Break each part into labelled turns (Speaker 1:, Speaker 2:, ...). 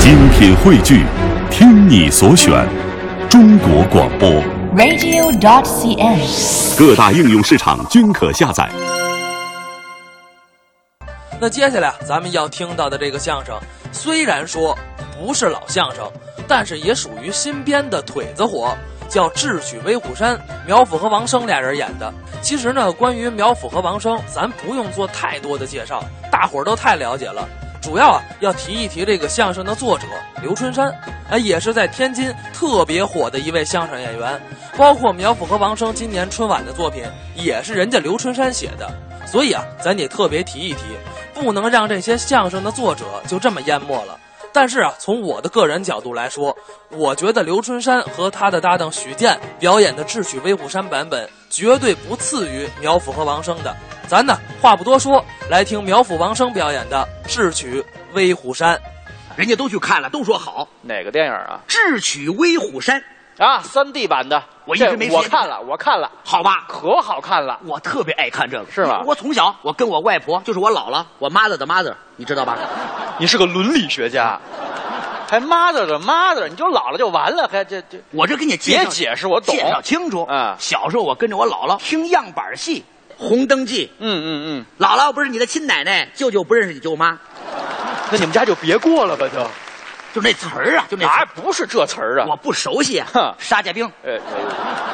Speaker 1: 精品汇聚，听你所选，中国广播。
Speaker 2: radio.cn。
Speaker 1: 各大应用市场均可下载。
Speaker 3: 那接下来啊咱们要听到的这个相声，虽然说不是老相声，但是也属于新编的腿子活，叫《智取威虎山》，苗阜和王生俩人演的。其实呢，关于苗阜和王生，咱不用做太多的介绍，大伙儿都太了解了。主要啊要提一提这个相声的作者刘春山，哎，也是在天津特别火的一位相声演员，包括苗阜和王生今年春晚的作品也是人家刘春山写的。所以啊，咱得特别提一提，不能让这些相声的作者就这么淹没了。但是啊，从我的个人角度来说，我觉得刘春山和他的搭档许健表演的《智取威虎山》版本，绝对不次于苗阜和王声的。咱呢，话不多说，来听苗阜、王声表演的《智取威虎山》。
Speaker 4: 人家都去看了，都说好，
Speaker 5: 哪个电影啊？
Speaker 4: 《智取威虎山》
Speaker 5: 啊，三 D 版的，
Speaker 4: 我一直
Speaker 5: 这
Speaker 4: 没时间
Speaker 5: 我看了，我看了，
Speaker 4: 好吧？
Speaker 5: 可好看了。
Speaker 4: 我特别爱看这个，
Speaker 5: 是吗
Speaker 4: 我从小，我跟我外婆，就是我姥姥，我 mother 的 mother，你知道吧？
Speaker 5: 你是个伦理学家， 还 mother 的 mother，你就老了就完了，还这这
Speaker 4: 我这给你介
Speaker 5: 别
Speaker 4: 绍
Speaker 5: 解释我懂
Speaker 4: 介绍清楚。
Speaker 5: 嗯
Speaker 4: 小时候我跟着我姥姥听样板戏《红灯记
Speaker 5: 嗯嗯》，
Speaker 4: 姥姥不是你的亲奶奶，舅舅不认识你舅妈，
Speaker 5: 嗯，那你们家就别过了吧，就
Speaker 4: 就那词儿啊，就那词
Speaker 5: 哪
Speaker 4: 儿
Speaker 5: 不是这词儿啊？
Speaker 4: 我不熟悉啊
Speaker 5: 哼。
Speaker 4: 沙家兵，
Speaker 5: 呃，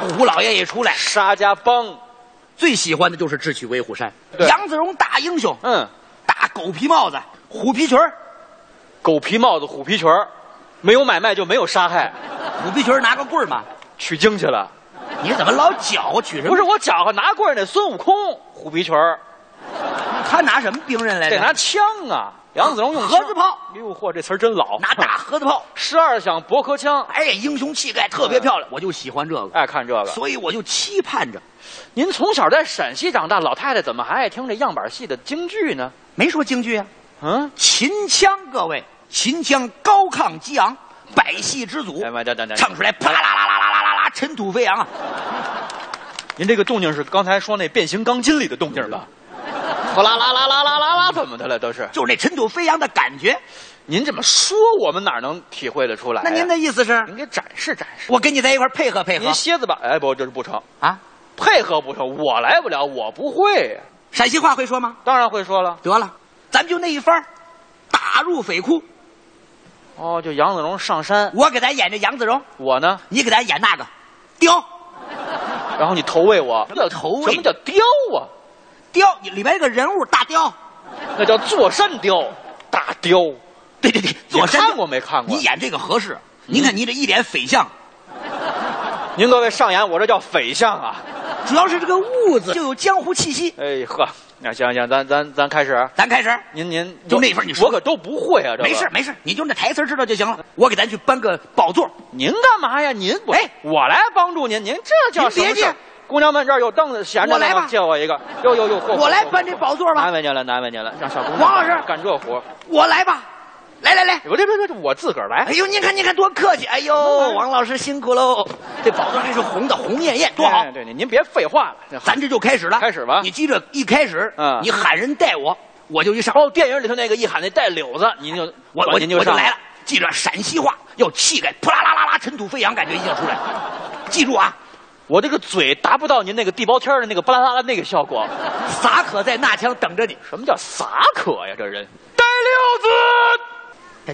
Speaker 5: 呃
Speaker 4: 胡老爷一出来，
Speaker 5: 沙家浜，
Speaker 4: 最喜欢的就是《智取威虎山》。
Speaker 5: 对
Speaker 4: 杨子荣大英雄，
Speaker 5: 嗯，
Speaker 4: 大狗皮帽子，虎皮裙儿
Speaker 5: 狗皮帽子虎皮裙儿，没有买卖就没有杀害，
Speaker 4: 虎皮裙儿拿个棍儿嘛。
Speaker 5: 取经去了。
Speaker 4: 你怎么老搅和取什么？
Speaker 5: 不是，我搅和拿棍儿那孙悟空虎皮裙儿，
Speaker 4: 他拿什么兵刃来着？
Speaker 5: 得拿枪啊。哎杨子荣用枪
Speaker 4: 盒子炮，
Speaker 5: 哎呦嚯，这词儿真老，
Speaker 4: 拿大盒子炮。
Speaker 5: 十二响驳壳枪，
Speaker 4: 哎呀，英雄气概特别漂亮，我就喜欢这个，
Speaker 5: 爱看这个。
Speaker 4: 所以我就期盼着。
Speaker 5: 您从小在陕西长大，老太太怎么还爱听这样板戏的京剧呢？
Speaker 4: 没说京剧啊，
Speaker 5: 嗯，
Speaker 4: 秦腔各位，秦腔高亢激昂，百戏之祖
Speaker 5: 哎，妈，等等等，
Speaker 4: 唱出来啪啦啦啦啦啦啦啦，尘土飞扬啊！
Speaker 5: 您这个动静是刚才说那《变形钢筋》里的动静吧？ 哗啦啦啦啦啦啦啦，怎么的了？都是
Speaker 4: 就是那尘土飞扬的感觉。
Speaker 5: 您这么说，我们哪能体会得出来呀？
Speaker 4: 那您的意思是，
Speaker 5: 您给展示展示。
Speaker 4: 我跟你在一块儿配合配合
Speaker 5: 您歇着吧，哎，不，这是不成，
Speaker 4: 啊？
Speaker 5: 配合不成，我来不了，我不会。
Speaker 4: 陕西话会说吗？
Speaker 5: 当然会说了。
Speaker 4: 得了，咱们就那一番儿，打入匪窟。
Speaker 5: 哦，就杨子荣上山，
Speaker 4: 我给咱演这杨子荣，
Speaker 5: 我呢，
Speaker 4: 你给咱演那个雕
Speaker 5: 然后你投喂我，什么叫
Speaker 4: 投喂
Speaker 5: 什么叫雕啊？
Speaker 4: 雕，你里边有个人物大雕，
Speaker 5: 那叫座山雕，大雕。
Speaker 4: 对对对，
Speaker 5: 你
Speaker 4: 左山雕
Speaker 5: 看过没看过
Speaker 4: 你演这个合适？您看你这一脸匪相，
Speaker 5: 您各位上演，我这叫匪相啊！
Speaker 4: 主要是这个物字就有江湖气息。
Speaker 5: 哎呵，那行行，咱咱咱开始。啊
Speaker 4: 咱开始，
Speaker 5: 您您
Speaker 4: 就
Speaker 5: 我
Speaker 4: 那份你说
Speaker 5: 我可都不会啊，这个
Speaker 4: 没事。没事，你就那台词知道就行了。我给咱去搬个宝座，
Speaker 5: 您干嘛呀？您我
Speaker 4: 哎
Speaker 5: 我来帮助您，您这叫
Speaker 4: 您
Speaker 5: 什么
Speaker 4: 别
Speaker 5: 事儿
Speaker 4: 介
Speaker 5: 姑娘们，这儿有凳子闲着呢，
Speaker 4: 我来吧
Speaker 5: 借我一个。哟哟哟，嚯
Speaker 4: 我来
Speaker 5: 嚯
Speaker 4: 搬
Speaker 5: 嚯
Speaker 4: 这宝座
Speaker 5: 难
Speaker 4: 吧，
Speaker 5: 为您了，难为您了，让小姑娘
Speaker 4: 王老师
Speaker 5: 干这活儿。
Speaker 4: 我来吧，来来来。
Speaker 5: 我这这这，我自个儿来
Speaker 4: 哎。呦，您看，您看，多客气！哎呦，王老师辛苦喽。这宝座还是红的，红艳艳，多好
Speaker 5: 对！哎对，对您别废话了。这
Speaker 4: 咱这就哎开始了，
Speaker 5: 开始吧
Speaker 4: 你记着，一开始，
Speaker 5: 嗯
Speaker 4: 你喊人带我，我就一上，
Speaker 5: 哦，电影里头那个一喊那带柳子，您就
Speaker 4: 我我
Speaker 5: 您就
Speaker 4: 我就
Speaker 5: 上
Speaker 4: 来了。。记着，陕西话要气概，扑啦啦啦啦，尘土飞扬，感觉一定要出来。记住啊，
Speaker 5: 我这个嘴达不到您那个地包天儿的那个巴拉拉拉那个效果。
Speaker 4: 撒可在那枪等着你。
Speaker 5: 什么叫撒可呀？这人带六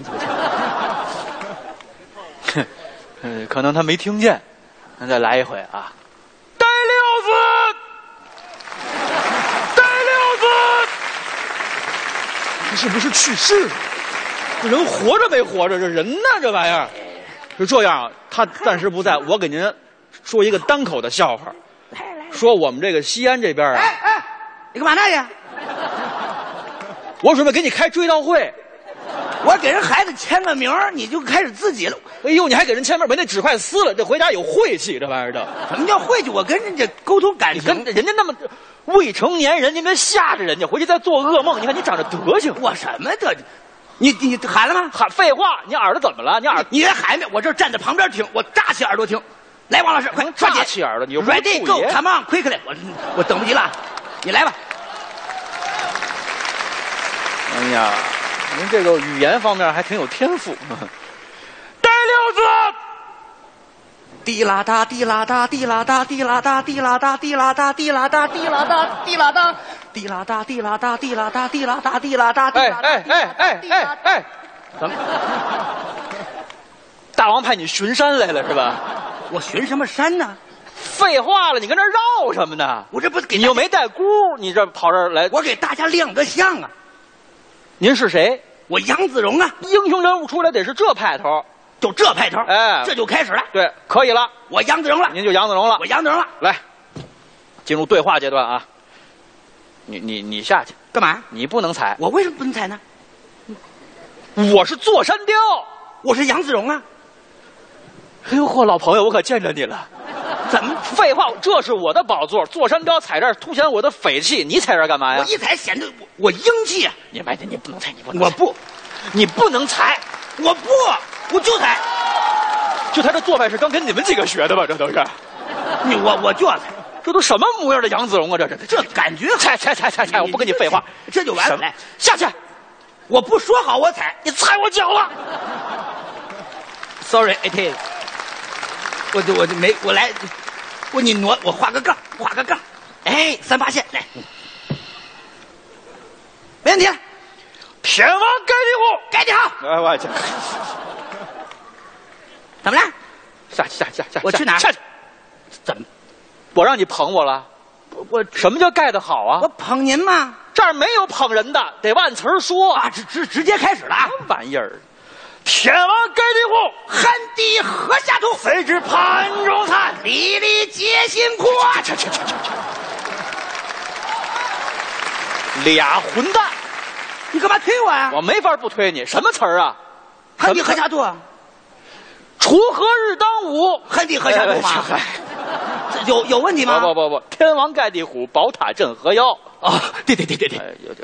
Speaker 4: 赶紧
Speaker 5: 子，嗯，可能他没听见，咱再来一回啊！带六子，带六子，这是不是去世了？这人活着没活着？这人呢？这玩意儿就这样啊。他暂时不在，我给您说一个单口的笑话，说我们这个西安这边啊，
Speaker 4: 你干嘛呢你？
Speaker 5: 我准备给你开追悼会。
Speaker 4: 我给人孩子签个名儿，你就开始自己了。
Speaker 5: 哎呦，你还给人签名，把那纸快撕了，这回家有晦气，这玩意儿的。
Speaker 4: 什么叫晦气？我跟人家沟通感
Speaker 5: 你
Speaker 4: 情，
Speaker 5: 跟人家那么未成年人，您别吓着人家，回去再做噩梦。你看你长这德行，
Speaker 4: 我什么的？你你喊了吗？
Speaker 5: 喊废话，你耳朵怎么了？你耳
Speaker 4: 你在喊没？我这站在旁边听，我扎起耳朵听。来，王老师，快抓紧
Speaker 5: 扎起耳朵你又不是
Speaker 4: Ready
Speaker 5: 兔
Speaker 4: go
Speaker 5: 爷
Speaker 4: come on quickly，我我等不及了，你来吧。
Speaker 5: 哎呀，您这个语言方面还挺有天 赋。
Speaker 4: 带溜子。
Speaker 2: 滴啦哒滴啦哒滴啦哒滴啦哒滴啦哒滴啦哒滴啦哒滴啦哒滴啦哒滴啦哒滴啦哒滴啦哒滴啦哒滴啦哒滴
Speaker 5: 哎
Speaker 2: 啦哒
Speaker 5: 哎哎哎哎哎，怎么？大王派你巡山来了是吧？
Speaker 2: 我巡什么山呢？
Speaker 5: 废话了，你跟这儿绕什么呢？
Speaker 4: 我这不是给
Speaker 5: 你
Speaker 4: 大
Speaker 5: 又没带箍，你这跑这儿来，
Speaker 4: 我给大家亮个相啊！
Speaker 5: 您是谁？
Speaker 4: 我杨子荣啊，
Speaker 5: 英雄人物出来得是这派头，
Speaker 4: 就这派头，
Speaker 5: 哎
Speaker 4: 这就开始了。
Speaker 5: 对，可以了，
Speaker 4: 我杨子荣了，
Speaker 5: 您就杨子荣了
Speaker 4: 我。杨子荣了，
Speaker 5: 来，进入对话阶段啊。你你你下去，
Speaker 4: 干嘛？
Speaker 5: 你不能踩，
Speaker 4: 我为什么不能踩呢？
Speaker 5: 我是座山雕。
Speaker 4: 我是杨子荣啊，
Speaker 5: 哎呦嚯，老朋友，我可见着你了。
Speaker 4: 怎么？
Speaker 5: 废话，这是我的宝座，座山雕踩这儿凸显我的匪气，你踩这儿干嘛
Speaker 4: 我
Speaker 5: 哎呀？
Speaker 4: 一踩显得我我英气啊！
Speaker 5: 你白天你不能踩，你不能
Speaker 4: 我
Speaker 5: 踩
Speaker 4: 不，
Speaker 5: 你不能踩，
Speaker 4: 我不，我就踩，
Speaker 5: 就他这做派是刚跟你们几个学的吧？这都是，
Speaker 4: 你我我就要踩，
Speaker 5: 这都什么模样的杨子荣啊？这这这
Speaker 4: 这感觉
Speaker 5: 踩踩踩踩哎踩！我不跟你废话，
Speaker 4: 这就完了
Speaker 5: 什么下去，
Speaker 4: 我不说好我踩，
Speaker 5: 你踩我脚了。
Speaker 4: Sorry, it is。我就我就没我来，我你挪我画个杠，画个杠，哎，三八线来，没问题，
Speaker 5: 天王盖地
Speaker 4: 该你好，
Speaker 5: 虎！哎，我去，
Speaker 4: 怎么了？
Speaker 5: 下去下去下去！
Speaker 4: 我去哪儿
Speaker 5: 下去，
Speaker 4: 怎么？
Speaker 5: 我让你捧我了。
Speaker 4: 我
Speaker 5: 什么叫盖的好啊
Speaker 4: 我？捧您吗？
Speaker 5: 这儿没有捧人的，得按词儿说。
Speaker 4: 啊，直直直接开始了啊！
Speaker 5: 什么玩意儿？天王盖地虎，
Speaker 4: 汗滴禾下土，
Speaker 5: 谁知盘中餐？
Speaker 4: 粒粒皆辛苦啊！这这这这这，
Speaker 5: 俩混蛋，
Speaker 4: 你干嘛推我呀、
Speaker 5: 我没法不推你。什么词儿啊？
Speaker 4: 汗滴禾下土，
Speaker 5: 锄禾日当 午。
Speaker 4: 汗滴禾下土吗？
Speaker 5: 哎
Speaker 4: 这有有问题吗？
Speaker 5: 不不不不，天王盖地虎，宝塔镇河妖。
Speaker 4: 啊！对对对对对，
Speaker 5: 哎，有这，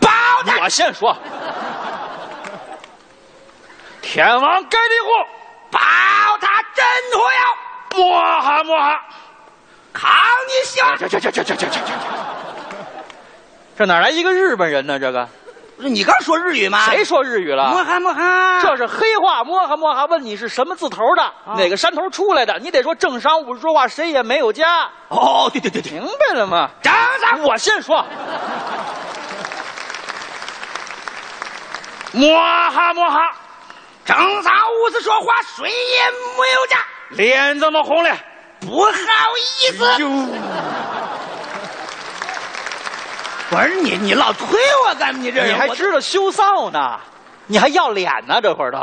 Speaker 4: 包大
Speaker 5: 我先说。天王盖地
Speaker 4: 包他真火药，
Speaker 5: 虎，摸哈摸哈。
Speaker 4: 扛你希望。
Speaker 5: 这这这这这这这这，这哪来一个日本人呢？这个
Speaker 4: 你刚说日语吗？
Speaker 5: 谁说日语
Speaker 4: 摸
Speaker 5: 了？
Speaker 4: 哈摸哈。
Speaker 5: 这是黑话，摸哈摸哈，问你是什么字头的，哪个山头出来的？你得说正商务说话，谁也没有家，
Speaker 4: 哦，对对对对，
Speaker 5: 明白了吗？
Speaker 4: 张三
Speaker 5: 我先说，摸哈摸哈，
Speaker 4: 张三五次说话谁也没有家，
Speaker 5: 脸怎么红了？
Speaker 4: 不好意思。
Speaker 5: 哟，
Speaker 4: 我说你你老推我干嘛？你这
Speaker 5: 你
Speaker 4: 人
Speaker 5: 还
Speaker 4: 哎我
Speaker 5: 知道羞臊呢？你还要脸呢？这会儿都，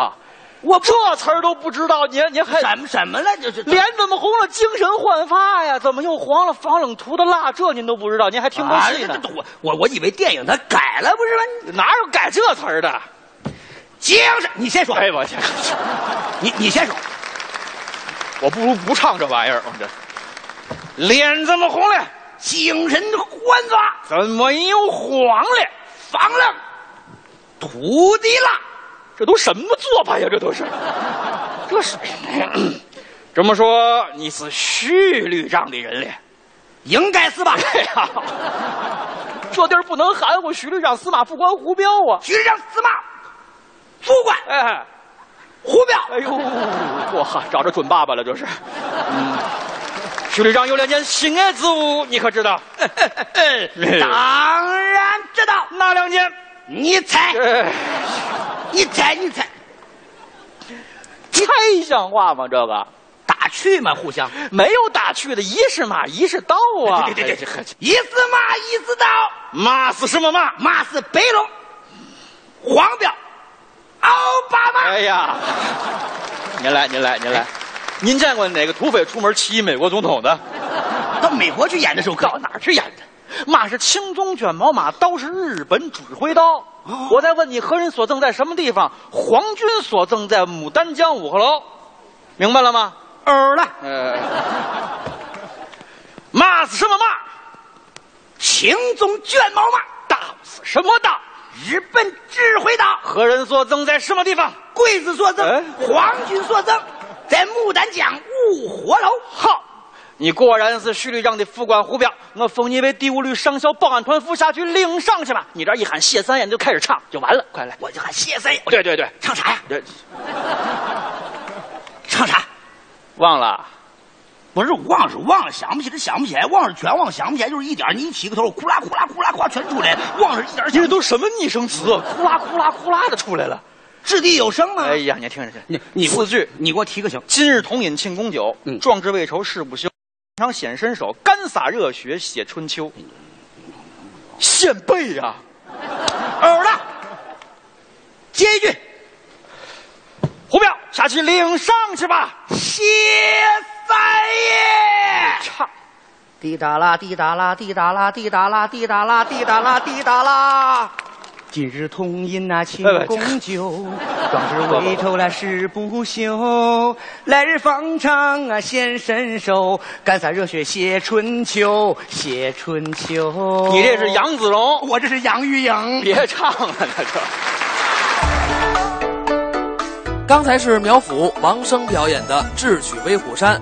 Speaker 4: 我不
Speaker 5: 这词儿都不知道，你你还
Speaker 4: 什么什么了？这是
Speaker 5: 脸怎么红了？精神焕发呀？怎么又黄了？防冷涂的蜡，这您都不知道？您还听过
Speaker 4: 啊
Speaker 5: 戏呢？
Speaker 4: 这这我我我以为电影它改了不是吗？
Speaker 5: 哪有改这词儿的？
Speaker 4: 精神，你先说，
Speaker 5: 哎我去，
Speaker 4: 你你先说，
Speaker 5: 我不如不唱这玩意儿。我这脸怎么红了？
Speaker 4: 精神焕发，
Speaker 5: 怎么又黄了？
Speaker 4: 防冷，土地辣，
Speaker 5: 这都什么做派呀？这都是，这是。这么说你是徐律长的人了？
Speaker 4: 应该是吧？
Speaker 5: 哎呀，这地儿不能含糊。徐律长司马副官胡彪啊！
Speaker 4: 局长司马，主管
Speaker 5: 哎，
Speaker 4: 胡彪，
Speaker 5: 哎呦，哇，找着准爸爸了，这是。嗯，徐律长有两件心爱之物，你可知 道？
Speaker 4: 当然知道。
Speaker 5: 哪两件？
Speaker 4: 你 猜，
Speaker 5: 哎
Speaker 4: 你猜，你猜，
Speaker 5: 猜像话吗？这个
Speaker 4: 打趣嘛，互相。
Speaker 5: 没有打趣的，一是马，一是刀 啊！
Speaker 4: 对对对对，一字马，一字刀，
Speaker 5: 马是什么马？
Speaker 4: 马是白龙，黄标，奥巴马。
Speaker 5: 哎呀，哎您来，您来，您来，您见过哪个土匪出门骑美国总统的？
Speaker 4: 到美国去演的时候，
Speaker 5: 到哪儿去演的？马是青鬃卷毛马，刀是日本指挥刀。
Speaker 4: 哦
Speaker 5: 我再问你，何人所赠在什么地方？皇军所赠在牡丹江五合楼，明白了吗？
Speaker 4: 儿了，
Speaker 5: 呃，骂是什么骂？
Speaker 4: 秦宗卷毛马，
Speaker 5: 大是什么大？
Speaker 4: 日本指挥刀，
Speaker 5: 何人所赠在什么地方？
Speaker 4: 刽子所赠
Speaker 5: 哎，
Speaker 4: 皇军所赠，在牡丹江五火楼。
Speaker 5: 好，你果然是徐旅让的副官胡彪，我封你为第五旅上校保安团副下去领赏去吧。你这一喊谢三爷，你就开始唱，就完了。快来！
Speaker 4: 我就喊谢三爷，
Speaker 5: 对对对，
Speaker 4: 唱啥呀？
Speaker 5: 这
Speaker 4: 唱啥？
Speaker 5: 忘了。
Speaker 4: 不是忘了是忘了，想不起来想不起来，忘了全忘想不起来，就是一点儿你一起个头，呼啦呼啦呼啦哗全出来，忘了一点儿
Speaker 5: 因
Speaker 4: 想
Speaker 5: 为。都什么拟声词，啊呼啦呼啦呼啦的出来了。
Speaker 4: 掷地有声吗？
Speaker 5: 哎呀，你听着去，
Speaker 4: 你你
Speaker 5: 四句：
Speaker 4: 你给我提个醒。
Speaker 5: 今日同饮庆功酒，
Speaker 4: 嗯
Speaker 5: 壮志未酬誓不休，常显身手，干洒热血写春秋。献背呀、
Speaker 4: 偶的，接一句，
Speaker 5: 胡彪下去领上去吧。
Speaker 4: 谢三爷。
Speaker 5: 唱，
Speaker 2: 滴答啦滴答啦滴答啦滴答啦滴答啦滴答啦滴答啦。今日同饮那庆功酒，壮志未酬来誓不休。来日方长啊显身手，干洒热血写春秋，写春秋。
Speaker 5: 你这是，杨子荣，
Speaker 2: 我这是杨钰莹。
Speaker 5: 别唱了，那这。
Speaker 3: 刚才是苗阜、王声表演的《智取威虎山》，